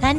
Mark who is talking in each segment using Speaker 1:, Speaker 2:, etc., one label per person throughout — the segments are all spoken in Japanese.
Speaker 1: 三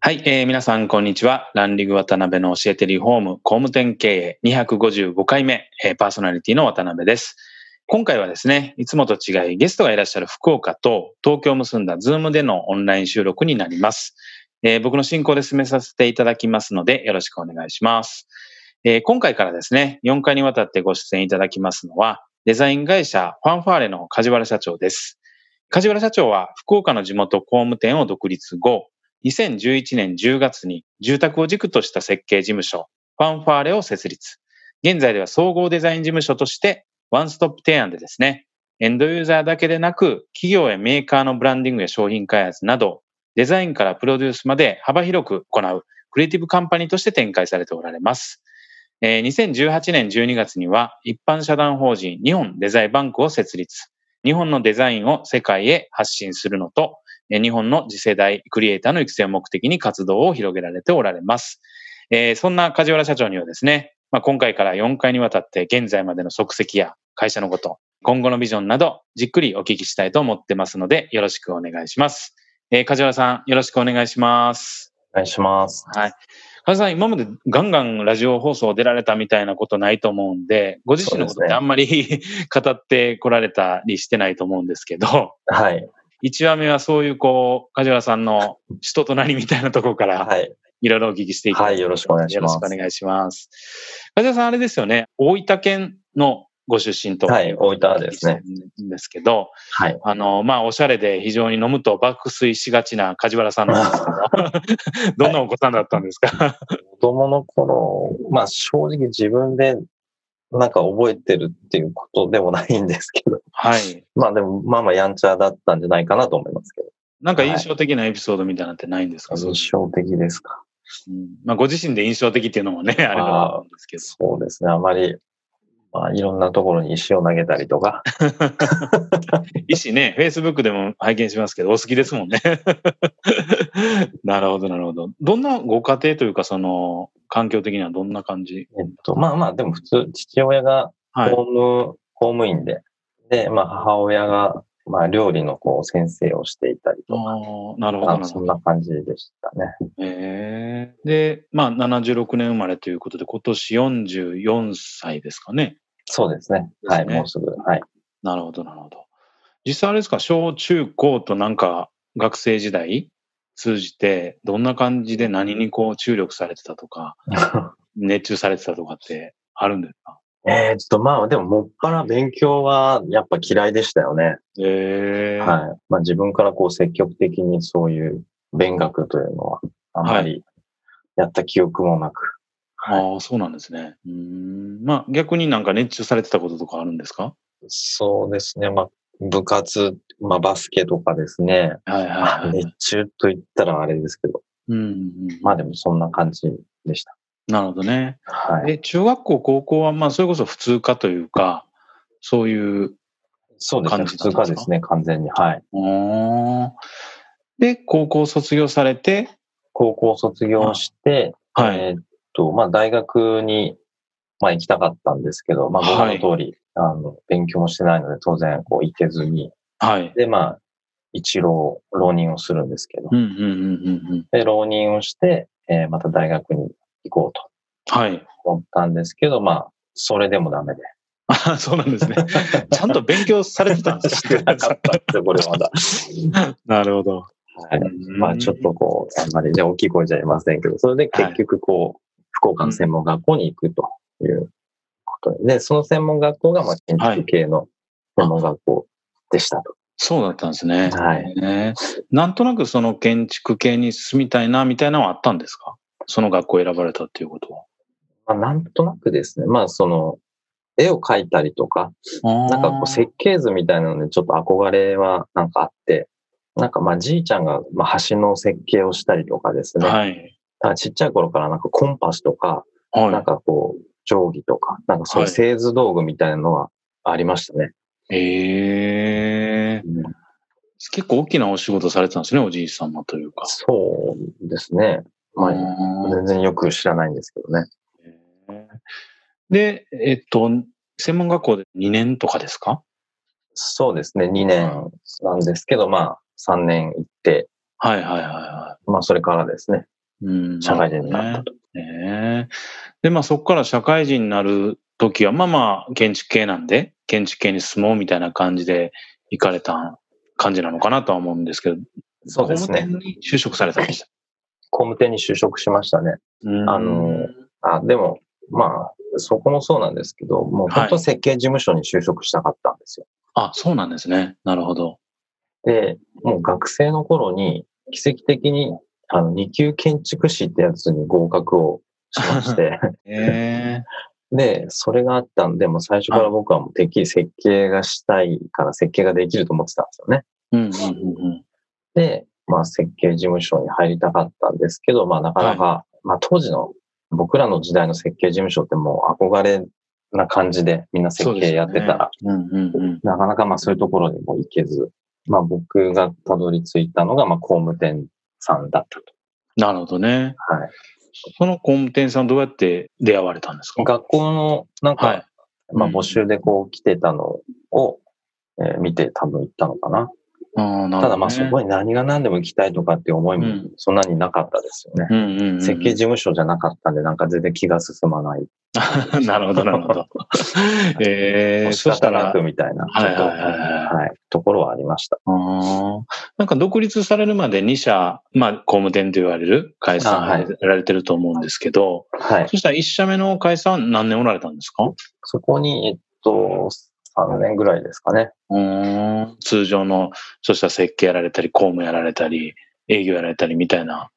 Speaker 2: はい、えー皆さん、こんにちは。ランリグ渡辺の教えてリフォーム工務店経営255回目、えーパーソナリティの渡辺です。今回はですね、いつもと違い、ゲストがいらっしゃる福岡と東京を結んだズームでのオンライン収録になります。えー僕の進行で進めさせていただきますので、よろしくお願いします。えー今回からですね、4回にわたってご出演いただきますのは、デザイン会社ファンファーレの梶原社長です。梶原社長は福岡の地元工務店を独立後、2011年10月に住宅を軸とした設計事務所、ファンファーレを設立。現在では総合デザイン事務所として、ワンストップ提案でですね、エンドユーザーだけでなく、企業やメーカーのブランディングや商品開発など、デザインからプロデュースまで幅広く行う、クリエイティブカンパニーとして展開されておられます。えー2018年12月には、一般社団法人日本デザインバンクを設立。日本のデザインを世界へ発信するのと、えー日本の次世代クリエイターの育成を目的に活動を広げられておられます。えーそんな梶原社長にはですね、まあ、今回から4回にわたって現在までの足跡や会社のこと、今後のビジョンなど、じっくりお聞きしたいと思ってますので、よろしくお願いします。えー梶原さん、よろしくお願いします。
Speaker 3: お願いします。
Speaker 2: はい。梶原さん、今までガンガンラジオ放送出られたみたいなことないと思うんで、ご自身のこと
Speaker 3: そう
Speaker 2: って
Speaker 3: ですね
Speaker 2: あんまり 語ってこられたりしてないと思うんですけど、
Speaker 3: はい。
Speaker 2: 1話目はそういうこう、梶原さんの人となりみたいなところから、
Speaker 3: はい。
Speaker 2: いろいろお聞きしていきたい
Speaker 3: はいよろしくお願いします
Speaker 2: よろしくお願いします。梶田さん、あれですよね。大分県のご出身と。
Speaker 3: はい大分です ね。
Speaker 2: ですけど、
Speaker 3: はい。
Speaker 2: あの、まあ、おしゃれで非常に飲むと爆睡しがちな梶原 さんなんです けど、どんなお子さんだったんですか
Speaker 3: 子供の頃、まあ正直自分でなんか覚えてるっていうことでもないんですけど、
Speaker 2: はい。
Speaker 3: まあでもまあまあやんちゃだったんじゃないかなと思いますけど。
Speaker 2: なんか印象的なエピソードみたいなのってないんですか、そう
Speaker 3: 印象的ですか。
Speaker 2: うんまあ、ご自身で印象的っていうのもね、あれだと思うんですけど。
Speaker 3: そうですね。あまり、まあいろんなところに石を投げたりと か、
Speaker 2: 石ね、Facebook でも拝見しますけど、お好きですもんね。 なるほど、なるほど。どんなご家庭というか、その、環境的にはどんな感じ
Speaker 3: えっと、まあまあでも普通、父親が
Speaker 2: は
Speaker 3: 公
Speaker 2: い。
Speaker 3: 務、公務員で、で、まあ母親が、まあ料理のこう先生をしていたり
Speaker 2: あ
Speaker 3: とか、
Speaker 2: ーなるほど、な
Speaker 3: まあ
Speaker 2: る
Speaker 3: そ
Speaker 2: ほ
Speaker 3: ん
Speaker 2: ど。
Speaker 3: な感じでしたね。
Speaker 2: へーで、まあ、76年生まれということで、今年44歳ですかね。
Speaker 3: そうですね。は
Speaker 2: で
Speaker 3: い、
Speaker 2: すね
Speaker 3: もうすぐ。はい。
Speaker 2: なるほど、なるほど。実際あれですか、小中高となんか、学生時代通じて、どんな感じで何にこう注力されてたと か、熱中されてたとかってあるんですか
Speaker 3: えー、ちょっとまあ、でも、もっぱら勉強はやっぱ嫌いでしたよね。
Speaker 2: ええ
Speaker 3: はい。まあ自分からこう積極的にそういう勉学というのは、あまりやった記憶もなく。
Speaker 2: ああ、そうなんですね。うーん。まあ逆になんか熱中されてたこととかあるんですか
Speaker 3: そうですね。まあ、部活、まあバスケとかですね。
Speaker 2: はいはい
Speaker 3: まあ
Speaker 2: はい。
Speaker 3: 熱中と言ったらあれですけど、
Speaker 2: うんうんうん。
Speaker 3: まあでもそんな感じでした。
Speaker 2: なるほどね。
Speaker 3: はい。
Speaker 2: え、中学校、高校はまあそれこそ普通科というか、そういう、
Speaker 3: そうです
Speaker 2: 感じな
Speaker 3: ね。普
Speaker 2: んです
Speaker 3: 通
Speaker 2: か
Speaker 3: かですね、完全に。はい。
Speaker 2: ああ。で、高校卒業されて、
Speaker 3: 高校卒業して、
Speaker 2: はい。
Speaker 3: えーっと、まあ、大学に、まあ、行きたかったんですけど、まあ、ご
Speaker 2: はい
Speaker 3: 覧の通り、あの、勉強もしてないので、当然、こう、行けずに、
Speaker 2: はい。
Speaker 3: で、まあ、一浪、浪人をするんですけど
Speaker 2: う、んうんうんうんうん。
Speaker 3: で、浪人をして、えーまた大学に行こうと
Speaker 2: はい。
Speaker 3: 思ったんですけど、まあ、それでもダメで。
Speaker 2: ああ、そうなん ですね。ちゃんと勉強されてたんです
Speaker 3: してなか
Speaker 2: か
Speaker 3: ったんですよ、これまだ。
Speaker 2: なるほど。
Speaker 3: はい。まあ、ちょっとこう、あんまりね、大きい声じゃ言いませんけど、それで結局こう、福岡の専門学校に行くということで、でその専門学校が、まあ、建築系の専門学校でしたと。
Speaker 2: そうだったんですね。
Speaker 3: はい
Speaker 2: ねなんとなくその建築系に住みたいなみたいなのはあったんですかその学校を選ばれたっていうことは。
Speaker 3: まあ、なんとなくですね、まあ、その、絵を描いたりとか、なんかこう、設計図みたいなので、ちょっと憧れはなんかあって、なんかまあ、じいちゃんが、まあ、橋の設計をしたりとかですね、
Speaker 2: はい。
Speaker 3: だからちっちゃい頃からなんかコンパスとか、
Speaker 2: はい。
Speaker 3: なんかこう、定規とか、なんかそういう
Speaker 2: はい
Speaker 3: 製図道具みたいなのはありましたね。
Speaker 2: ええ
Speaker 3: うん
Speaker 2: 結構大きなお仕事されてたんですね、おじい様というか。
Speaker 3: そうですね。まあ、
Speaker 2: あ
Speaker 3: 全然よく知らないんですけどね。
Speaker 2: ーで、えっと、専門学校で2年とかですか
Speaker 3: そうですね、2年なんですけど、まあ、3年行って、
Speaker 2: はいはいはいは
Speaker 3: まあ、それからですね、
Speaker 2: い。うん
Speaker 3: 社会人になったと。
Speaker 2: ねえで、まあそこから社会人になるときは、まあまあ建築系なんで、建築系に住もうみたいな感じで行かれた感じなのかなとは思うんですけど、
Speaker 3: そうですね
Speaker 2: 工。務店に就職されたんでした。
Speaker 3: 工務店に就職しましたね。
Speaker 2: うん
Speaker 3: あの、あ、でも、まあ、そこもそうなんですけど、もう本当設計事務所に就職したかったんですよ。
Speaker 2: あ、そうなんですね。なるほど。
Speaker 3: で、もう学生の頃に奇跡的に、あの、二級建築士ってやつに合格をし まして、
Speaker 2: ええ
Speaker 3: で、それがあったんで、もう最初から僕はもうてっきり設計がしたいから設計ができると思ってたんですよね。
Speaker 2: うんうんうんうん。
Speaker 3: で、まあ設計事務所に入りたかったんですけど、まあなかなか、まあ当時の僕らの時代の設計事務所ってもう憧れな感じでみんな設計やってたら、
Speaker 2: うんうんうん。
Speaker 3: なかなかまあそういうところにも行けず、まあ僕がたどり着いたのがまあ工務店さんだったと。
Speaker 2: なるほどね。
Speaker 3: はい。
Speaker 2: その工務店さんどうやって出会われたんですか
Speaker 3: 学校のなんか、
Speaker 2: はい。
Speaker 3: まあ募集でこう来てたのを、えー見て多分行ったのかな。
Speaker 2: あ
Speaker 3: ただまあそこ
Speaker 2: に。
Speaker 3: に何が何でも行きたいとかっていう思いも
Speaker 2: うん
Speaker 3: そんなになかったですよね。
Speaker 2: うんうん、うん。
Speaker 3: 設計事務所じゃなかったんで、なんか全然気が進まない。
Speaker 2: なるほど、なる ほど。ええ
Speaker 3: もう仕
Speaker 2: そした
Speaker 3: 方
Speaker 2: ら
Speaker 3: なく、みたいな、ちょっと、
Speaker 2: はいはいはいは
Speaker 3: はいところはありました。
Speaker 2: うーんなんか独立されるまで2社、まあ、工務店と言われる会社
Speaker 3: あはい
Speaker 2: やられてると思うんですけど、
Speaker 3: はい。
Speaker 2: そしたら1社目の会社は何年おられたんですか
Speaker 3: そこに、えっと、3年ぐらいですかね。
Speaker 2: うーん通常の、そしたら設計やられたり、工務やられたり、営業やられたりみたいな。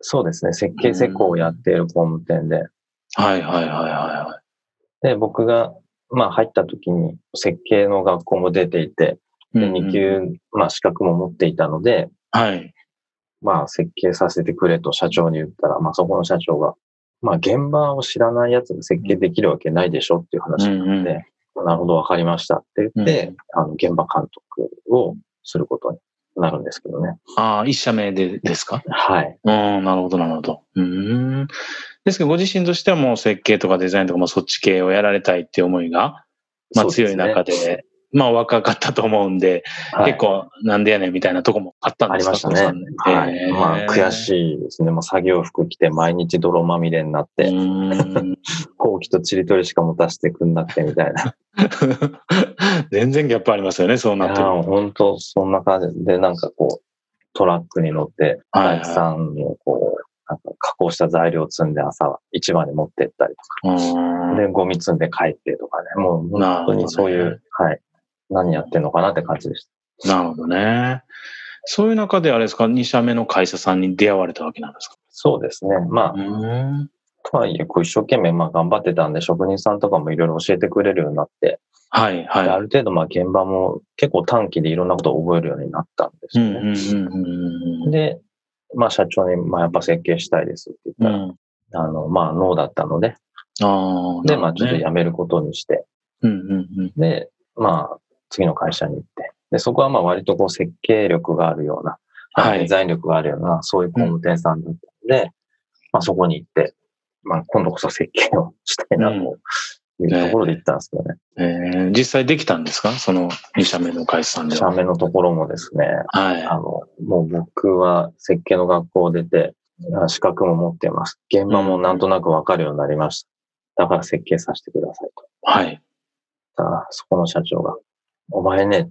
Speaker 3: そうですね。設計施工をやっている工務店で。
Speaker 2: はいはいはいはいは
Speaker 3: で、僕が、まあ入った時に設計の学校も出ていて、
Speaker 2: い。
Speaker 3: で、
Speaker 2: うんうん
Speaker 3: 2級、まあ資格も持っていたので、
Speaker 2: はい。
Speaker 3: まあ設計させてくれと社長に言ったら、まあそこの社長が、まあ現場を知らないやつが設計できるわけないでしょっていう話になって、
Speaker 2: うん
Speaker 3: なるほどわかりましたって言って、あの現場監督をすることになるんですけどね。
Speaker 2: ああ、1社目でですか
Speaker 3: はい。
Speaker 2: うん、なるほど、なるほど。うーん。ですけど、ご自身としてはもう設計とかデザインとか、まあ、そっち系をやられたいっていう思いが、まあ、
Speaker 3: そう
Speaker 2: 強
Speaker 3: です
Speaker 2: い
Speaker 3: ね
Speaker 2: 中で、まあ、若かったと思うんで、
Speaker 3: はい
Speaker 2: 結構、なんでやねんみたいなとこもあったんで
Speaker 3: あり
Speaker 2: すか
Speaker 3: ましたね。はい。まあ悔
Speaker 2: い。
Speaker 3: しいですね。もう作業服着て毎日泥まみれになっ
Speaker 2: う
Speaker 3: て、
Speaker 2: ーん
Speaker 3: 後期とちりとりしか持たせてくんなくてみたいな。
Speaker 2: 全然ギャップありますよね、そう
Speaker 3: い
Speaker 2: な
Speaker 3: や
Speaker 2: ってる
Speaker 3: ー 本当そんな感じで、なんかこう、トラックに乗って、
Speaker 2: はいはい
Speaker 3: 大工さんのこう、なんか加工した材料を積んで朝は市場に持ってったりと
Speaker 2: うー
Speaker 3: か、
Speaker 2: ん。
Speaker 3: で、ゴミ積んで帰ってとかね、もう本当にそうい
Speaker 2: なる
Speaker 3: う、はい、何やってんのかなって感じでした。
Speaker 2: なるほどね。そういう中で、あれですか、2社目の会社さんに出会われたわけなんですか
Speaker 3: そうですね。まあ、
Speaker 2: うーん。
Speaker 3: とはいえ、こう一生懸命まあ頑張ってたんで、職人さんとかもいろいろ教えてくれるようになって、
Speaker 2: はい、
Speaker 3: であ
Speaker 2: はい。
Speaker 3: る程度まあ現場も結構短期でいろんなことを覚えるようになったんです
Speaker 2: う
Speaker 3: よ
Speaker 2: ん、
Speaker 3: ね。
Speaker 2: うん、うんうんうん
Speaker 3: で、まあ社長に、まあやっぱ設計したいですって言っ
Speaker 2: うん。う
Speaker 3: たら、
Speaker 2: ん
Speaker 3: あの、まあノーだったので、
Speaker 2: ああ、
Speaker 3: で、
Speaker 2: なるほどね
Speaker 3: まあちょっと辞めることにして、
Speaker 2: うんうん
Speaker 3: で、まあ次の会社に行って、で、そこはまあ割とこう設計力があるような、
Speaker 2: はい
Speaker 3: デザイン力があるような、そういう工務店さんだったので、まあそこに行って、まあ今度こそ設計をしたいな
Speaker 2: うん
Speaker 3: というところで行ったんですけどね。
Speaker 2: うん。えー実際できたんですかその2社目の会社さんで
Speaker 3: 社
Speaker 2: は。
Speaker 3: 名のところもですね、あ
Speaker 2: は
Speaker 3: の、もう僕は設計の学校を出て、あ資格も持ってます。現場もなんとなくわかるようになりました。だから設計させてくださいと。
Speaker 2: い。はい。
Speaker 3: ただそこの社長が、お前ね、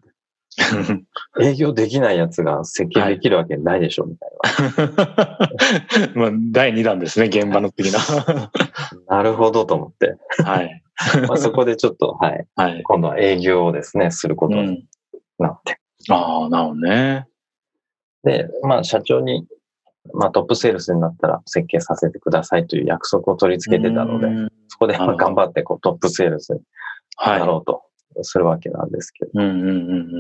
Speaker 3: 営業できないやつが設計できるわけないでしょ、みたい
Speaker 2: まあ、第2弾ですね、現場の次 の。は
Speaker 3: な。なるほどと思って。
Speaker 2: い。
Speaker 3: まあ、そこでちょっと、はい。
Speaker 2: はい。
Speaker 3: 今度は営業をですね、するこ
Speaker 2: う
Speaker 3: とに
Speaker 2: ん、
Speaker 3: なって。
Speaker 2: ああ、なるほどね。
Speaker 3: で、まあ、社長に、まあ、トップセールスになったら設計させてくださいという約束を取り付けてたので
Speaker 2: う、ん
Speaker 3: そこでま
Speaker 2: な
Speaker 3: あ
Speaker 2: るほど
Speaker 3: 頑張ってこうトップセールスに
Speaker 2: はい。
Speaker 3: なろうとするわけなんですけど、
Speaker 2: うんうんうんう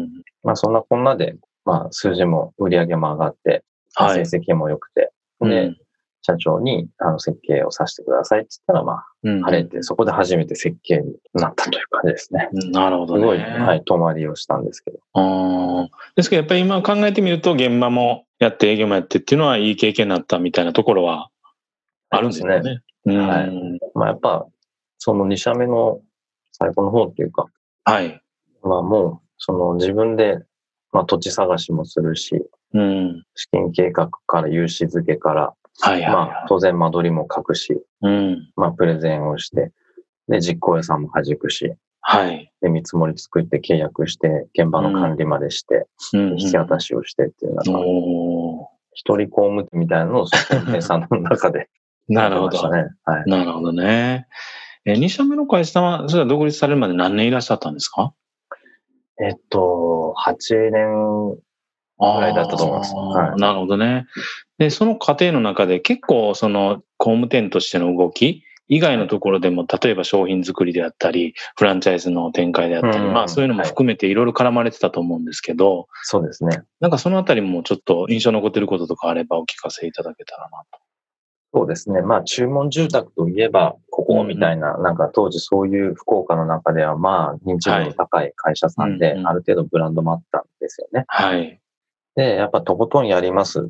Speaker 2: ん。
Speaker 3: まあそんなこんなで、まあ数字も売り上げも上がって、
Speaker 2: はい。
Speaker 3: 成績も良くて、
Speaker 2: う
Speaker 3: で、
Speaker 2: ん
Speaker 3: 社長にあの設計をさせてくださいって言ったら、まあ、
Speaker 2: うん
Speaker 3: 晴れて、そこで初めて設計になったという感じですね。
Speaker 2: うんなるほ
Speaker 3: す
Speaker 2: どね。
Speaker 3: ごい、はい、泊まりをしたんですけど。
Speaker 2: うんですけど、やっぱり今考えてみると、現場もやって、営業もやってっていうのはいい経験になったみたいなところはあるんですよね。うん
Speaker 3: はいまあ、やっぱ、その2社目の最後の方っていうか、
Speaker 2: はい。
Speaker 3: まあもう、その自分で、まあ土地探しもするし、
Speaker 2: うん。
Speaker 3: 資金計画から融資付けから、
Speaker 2: はいはい、
Speaker 3: まあ当然間取りも書くし、
Speaker 2: うん。
Speaker 3: まあプレゼンをして、で、実行屋さんも弾くし、
Speaker 2: はい。
Speaker 3: で、見積もり作って契約して、現場の管理までして、
Speaker 2: うん
Speaker 3: 引き渡しをしてっていう、なんか、
Speaker 2: おー
Speaker 3: 一人公務員みたいなの を、その計算の中で
Speaker 2: なるほ
Speaker 3: やって
Speaker 2: ど。
Speaker 3: ましたね。はい。
Speaker 2: なるほどね。えー、2社目の会社は、それは独立されるまで何年いらっしゃったんですか
Speaker 3: えっと、8年、
Speaker 2: あ
Speaker 3: ぐらいだったと思いますはい
Speaker 2: なるほどね。で、その過程の中で結構その工務店としての動き以外のところでも、例えば商品作りであったり、フランチャイズの展開であったり、
Speaker 3: うん
Speaker 2: まあそういうのも含めていろいろ絡まれてたと思うんですけど、
Speaker 3: そうですね。
Speaker 2: なんかそのあたりもちょっと印象に残ってることとかあればお聞かせいただけたらなと。
Speaker 3: そうですね。まあ、注文住宅といえば、ここみたいな、なんか当時そういう福岡の中では、まあ、認知度の高い会社さん
Speaker 2: はい
Speaker 3: で
Speaker 2: うんう、ん
Speaker 3: ある程度ブランドもあったんですよね。
Speaker 2: はい。
Speaker 3: で、やっぱとことんやります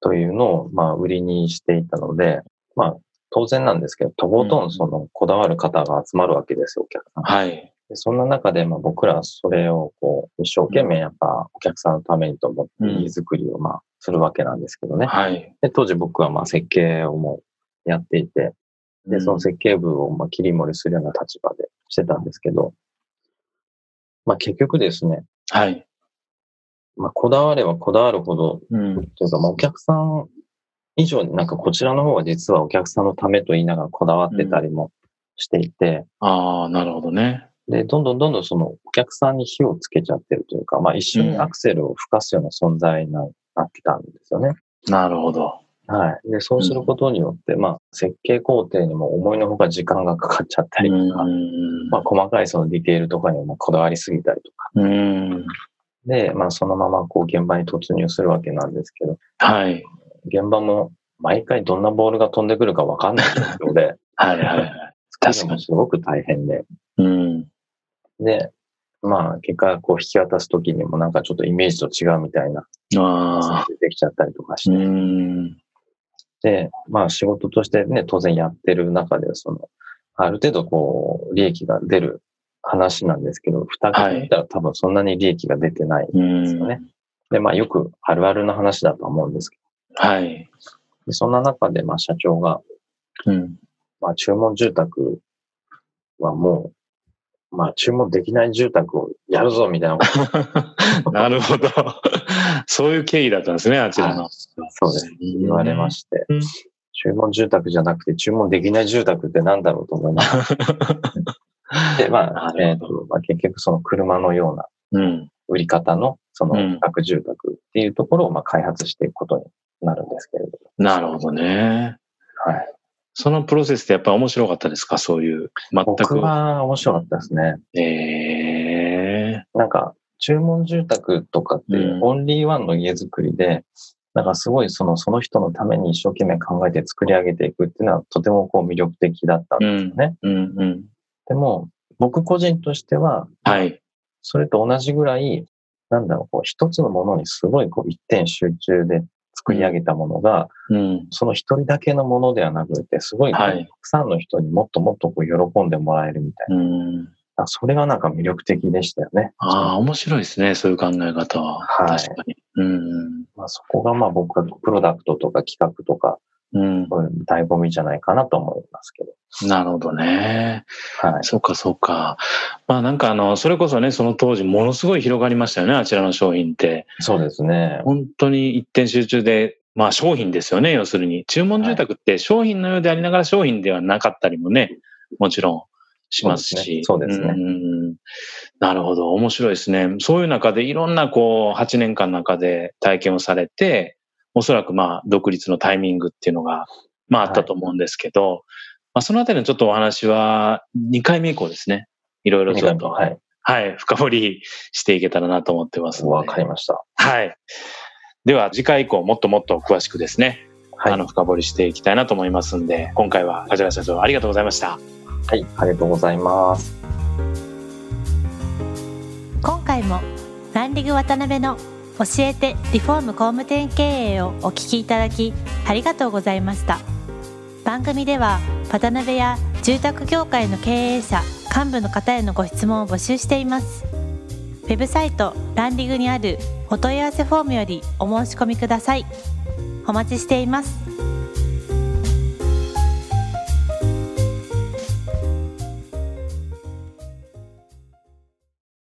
Speaker 3: というのを、まあ、売りにしていたので、まあ、当然なんですけど、とことんその、こだわる方が集まるわけですよ、お客さん。
Speaker 2: はい。
Speaker 3: でそんな中で、まあ、僕らはそれを、こう、一生懸命やっぱ、お客さんのためにと思って、
Speaker 2: うん
Speaker 3: 家作りを、まあ、するわけなんですけどね。
Speaker 2: はい。
Speaker 3: で、当時僕はまあ設計をもうやっていて、で、その設計部をまあ切り盛りするような立場でしてたんですけど、まあ結局ですね、
Speaker 2: はい。
Speaker 3: まあこだわればこだわるほど、
Speaker 2: うん。
Speaker 3: というかまあお客さん以上になんかこちらの方が実はお客さんのためと言いながらこだわってたりもしていて、
Speaker 2: ああ、なるほどね。
Speaker 3: で、どんどんどんどんそのお客さんに火をつけちゃってるというか、まあ一緒にアクセルを吹かすような存在になってたんですよね。
Speaker 2: なるほど。
Speaker 3: はい。で、そうすることによって、まあ、設計工程にも思いのほか時間がかかっちゃったりとか、
Speaker 2: うん
Speaker 3: まあ、細かいそのディテールとかにもこだわりすぎたりとか。
Speaker 2: うん。
Speaker 3: で、まあ、そのままこう現場に突入するわけなんですけど、
Speaker 2: はい。
Speaker 3: 現場も毎回どんなボールが飛んでくるかわかんない状 況で、
Speaker 2: はいはいはい。
Speaker 3: 作るのもすごく大変で、
Speaker 2: うん。
Speaker 3: で、まあ、結果、こう引き渡すときにもなんかちょっとイメージと違うみたいな、
Speaker 2: ああ。
Speaker 3: できちゃったりとかし
Speaker 2: う
Speaker 3: て、
Speaker 2: ん。
Speaker 3: で、まあ仕事としてね、当然やってる中で、その、ある程度こう、利益が出る話なんですけど、蓋から見たら多分そんなに利益が出てない。
Speaker 2: うん。
Speaker 3: よねで、まあよくあるあるの話だと思うんですけ
Speaker 2: はい。
Speaker 3: ど、でそんな中でまあ社長が、
Speaker 2: うん。
Speaker 3: まあ注文住宅はもう、まあ注文できない住宅をやるぞみたいなこと
Speaker 2: なるほど。そういう経緯だったんです ね、あちらの。
Speaker 3: そうです言われま
Speaker 2: し
Speaker 3: して
Speaker 2: うん、
Speaker 3: 注文住宅じゃなくて注文できない住宅ってなんだろうと思いまして、 まあ、
Speaker 2: な
Speaker 3: えっ
Speaker 2: るほど
Speaker 3: と、まあ結局その車のような
Speaker 2: た。うん。
Speaker 3: 売り方の、その、
Speaker 2: うん
Speaker 3: 企画住宅っていうところを、まあ、開発していくことになるんですけれど
Speaker 2: なるほどね。
Speaker 3: も。はい。
Speaker 2: そのプロセスってやっぱ面白かったですかそういう、全
Speaker 3: 僕
Speaker 2: く。
Speaker 3: は面白かったですね。
Speaker 2: ええ
Speaker 3: なんか、注文住宅とかって
Speaker 2: う、ん
Speaker 3: オンリーワンの家づくりで、なんかすごいその、その人のために一生懸命考えて作り上げていくっていうのは、とてもこう魅力的だったん
Speaker 2: う
Speaker 3: で
Speaker 2: ん
Speaker 3: ね。
Speaker 2: うんうん。
Speaker 3: でも、僕個人としては、
Speaker 2: はい。
Speaker 3: それと同じぐらい、なんだろう、こう、一つのものにすごいこう、一点集中で作り上げたものが、
Speaker 2: うん。
Speaker 3: その一人だけのものではなくて、すごい、
Speaker 2: はい
Speaker 3: たくさんの人にもっともっとこう喜んでもらえるみたい
Speaker 2: うん。
Speaker 3: な。それがなんか魅力的でしたよね。
Speaker 2: ああ、面白いですね。そういう考え方は。
Speaker 3: はい
Speaker 2: 確かに。うん
Speaker 3: まあ、そこがまあ僕はプロダクトとか企画とか、
Speaker 2: うん。
Speaker 3: そういう醍醐味じゃないかなと思いますけど。
Speaker 2: うん。なるほどね。
Speaker 3: はい。
Speaker 2: そうか、そうか。まあなんかあの、それこそね、その当時ものすごい広がりましたよね。あちらの商品って。
Speaker 3: そうですね。
Speaker 2: 本当に一点集中で、まあ商品ですよね。要するに。注文住宅って商品のようでありながら商品ではなかったりもね、もちろん。しますし。
Speaker 3: そうですねそうです
Speaker 2: うんなるほど。面白いですね。そういう中でいろんなこう、8年間の中で体験をされて、おそらくまあ、独立のタイミングっていうのが、まああったと思うんですけど、まあそのあたりのちょっとお話は、2回目以降ですね。いろいろちょっと、
Speaker 3: は
Speaker 2: はい、
Speaker 3: い。
Speaker 2: 深掘りしていけたらなと思ってますので。
Speaker 3: わかりました。
Speaker 2: はい。では次回以降もっともっと詳しくですね、はい、あの深掘りしていきたいなと思いますんで今回は梶原社長ありがとうございました
Speaker 3: はいありがとうございます
Speaker 1: 今回もランディング渡辺の教えてリフォーム工務店経営をお聞きいただきありがとうございました番組では渡辺や住宅業界の経営者幹部の方へのご質問を募集していますウェブサイトランディングにあるお問い合わせフォームよりお申し込みくださいお待ちしています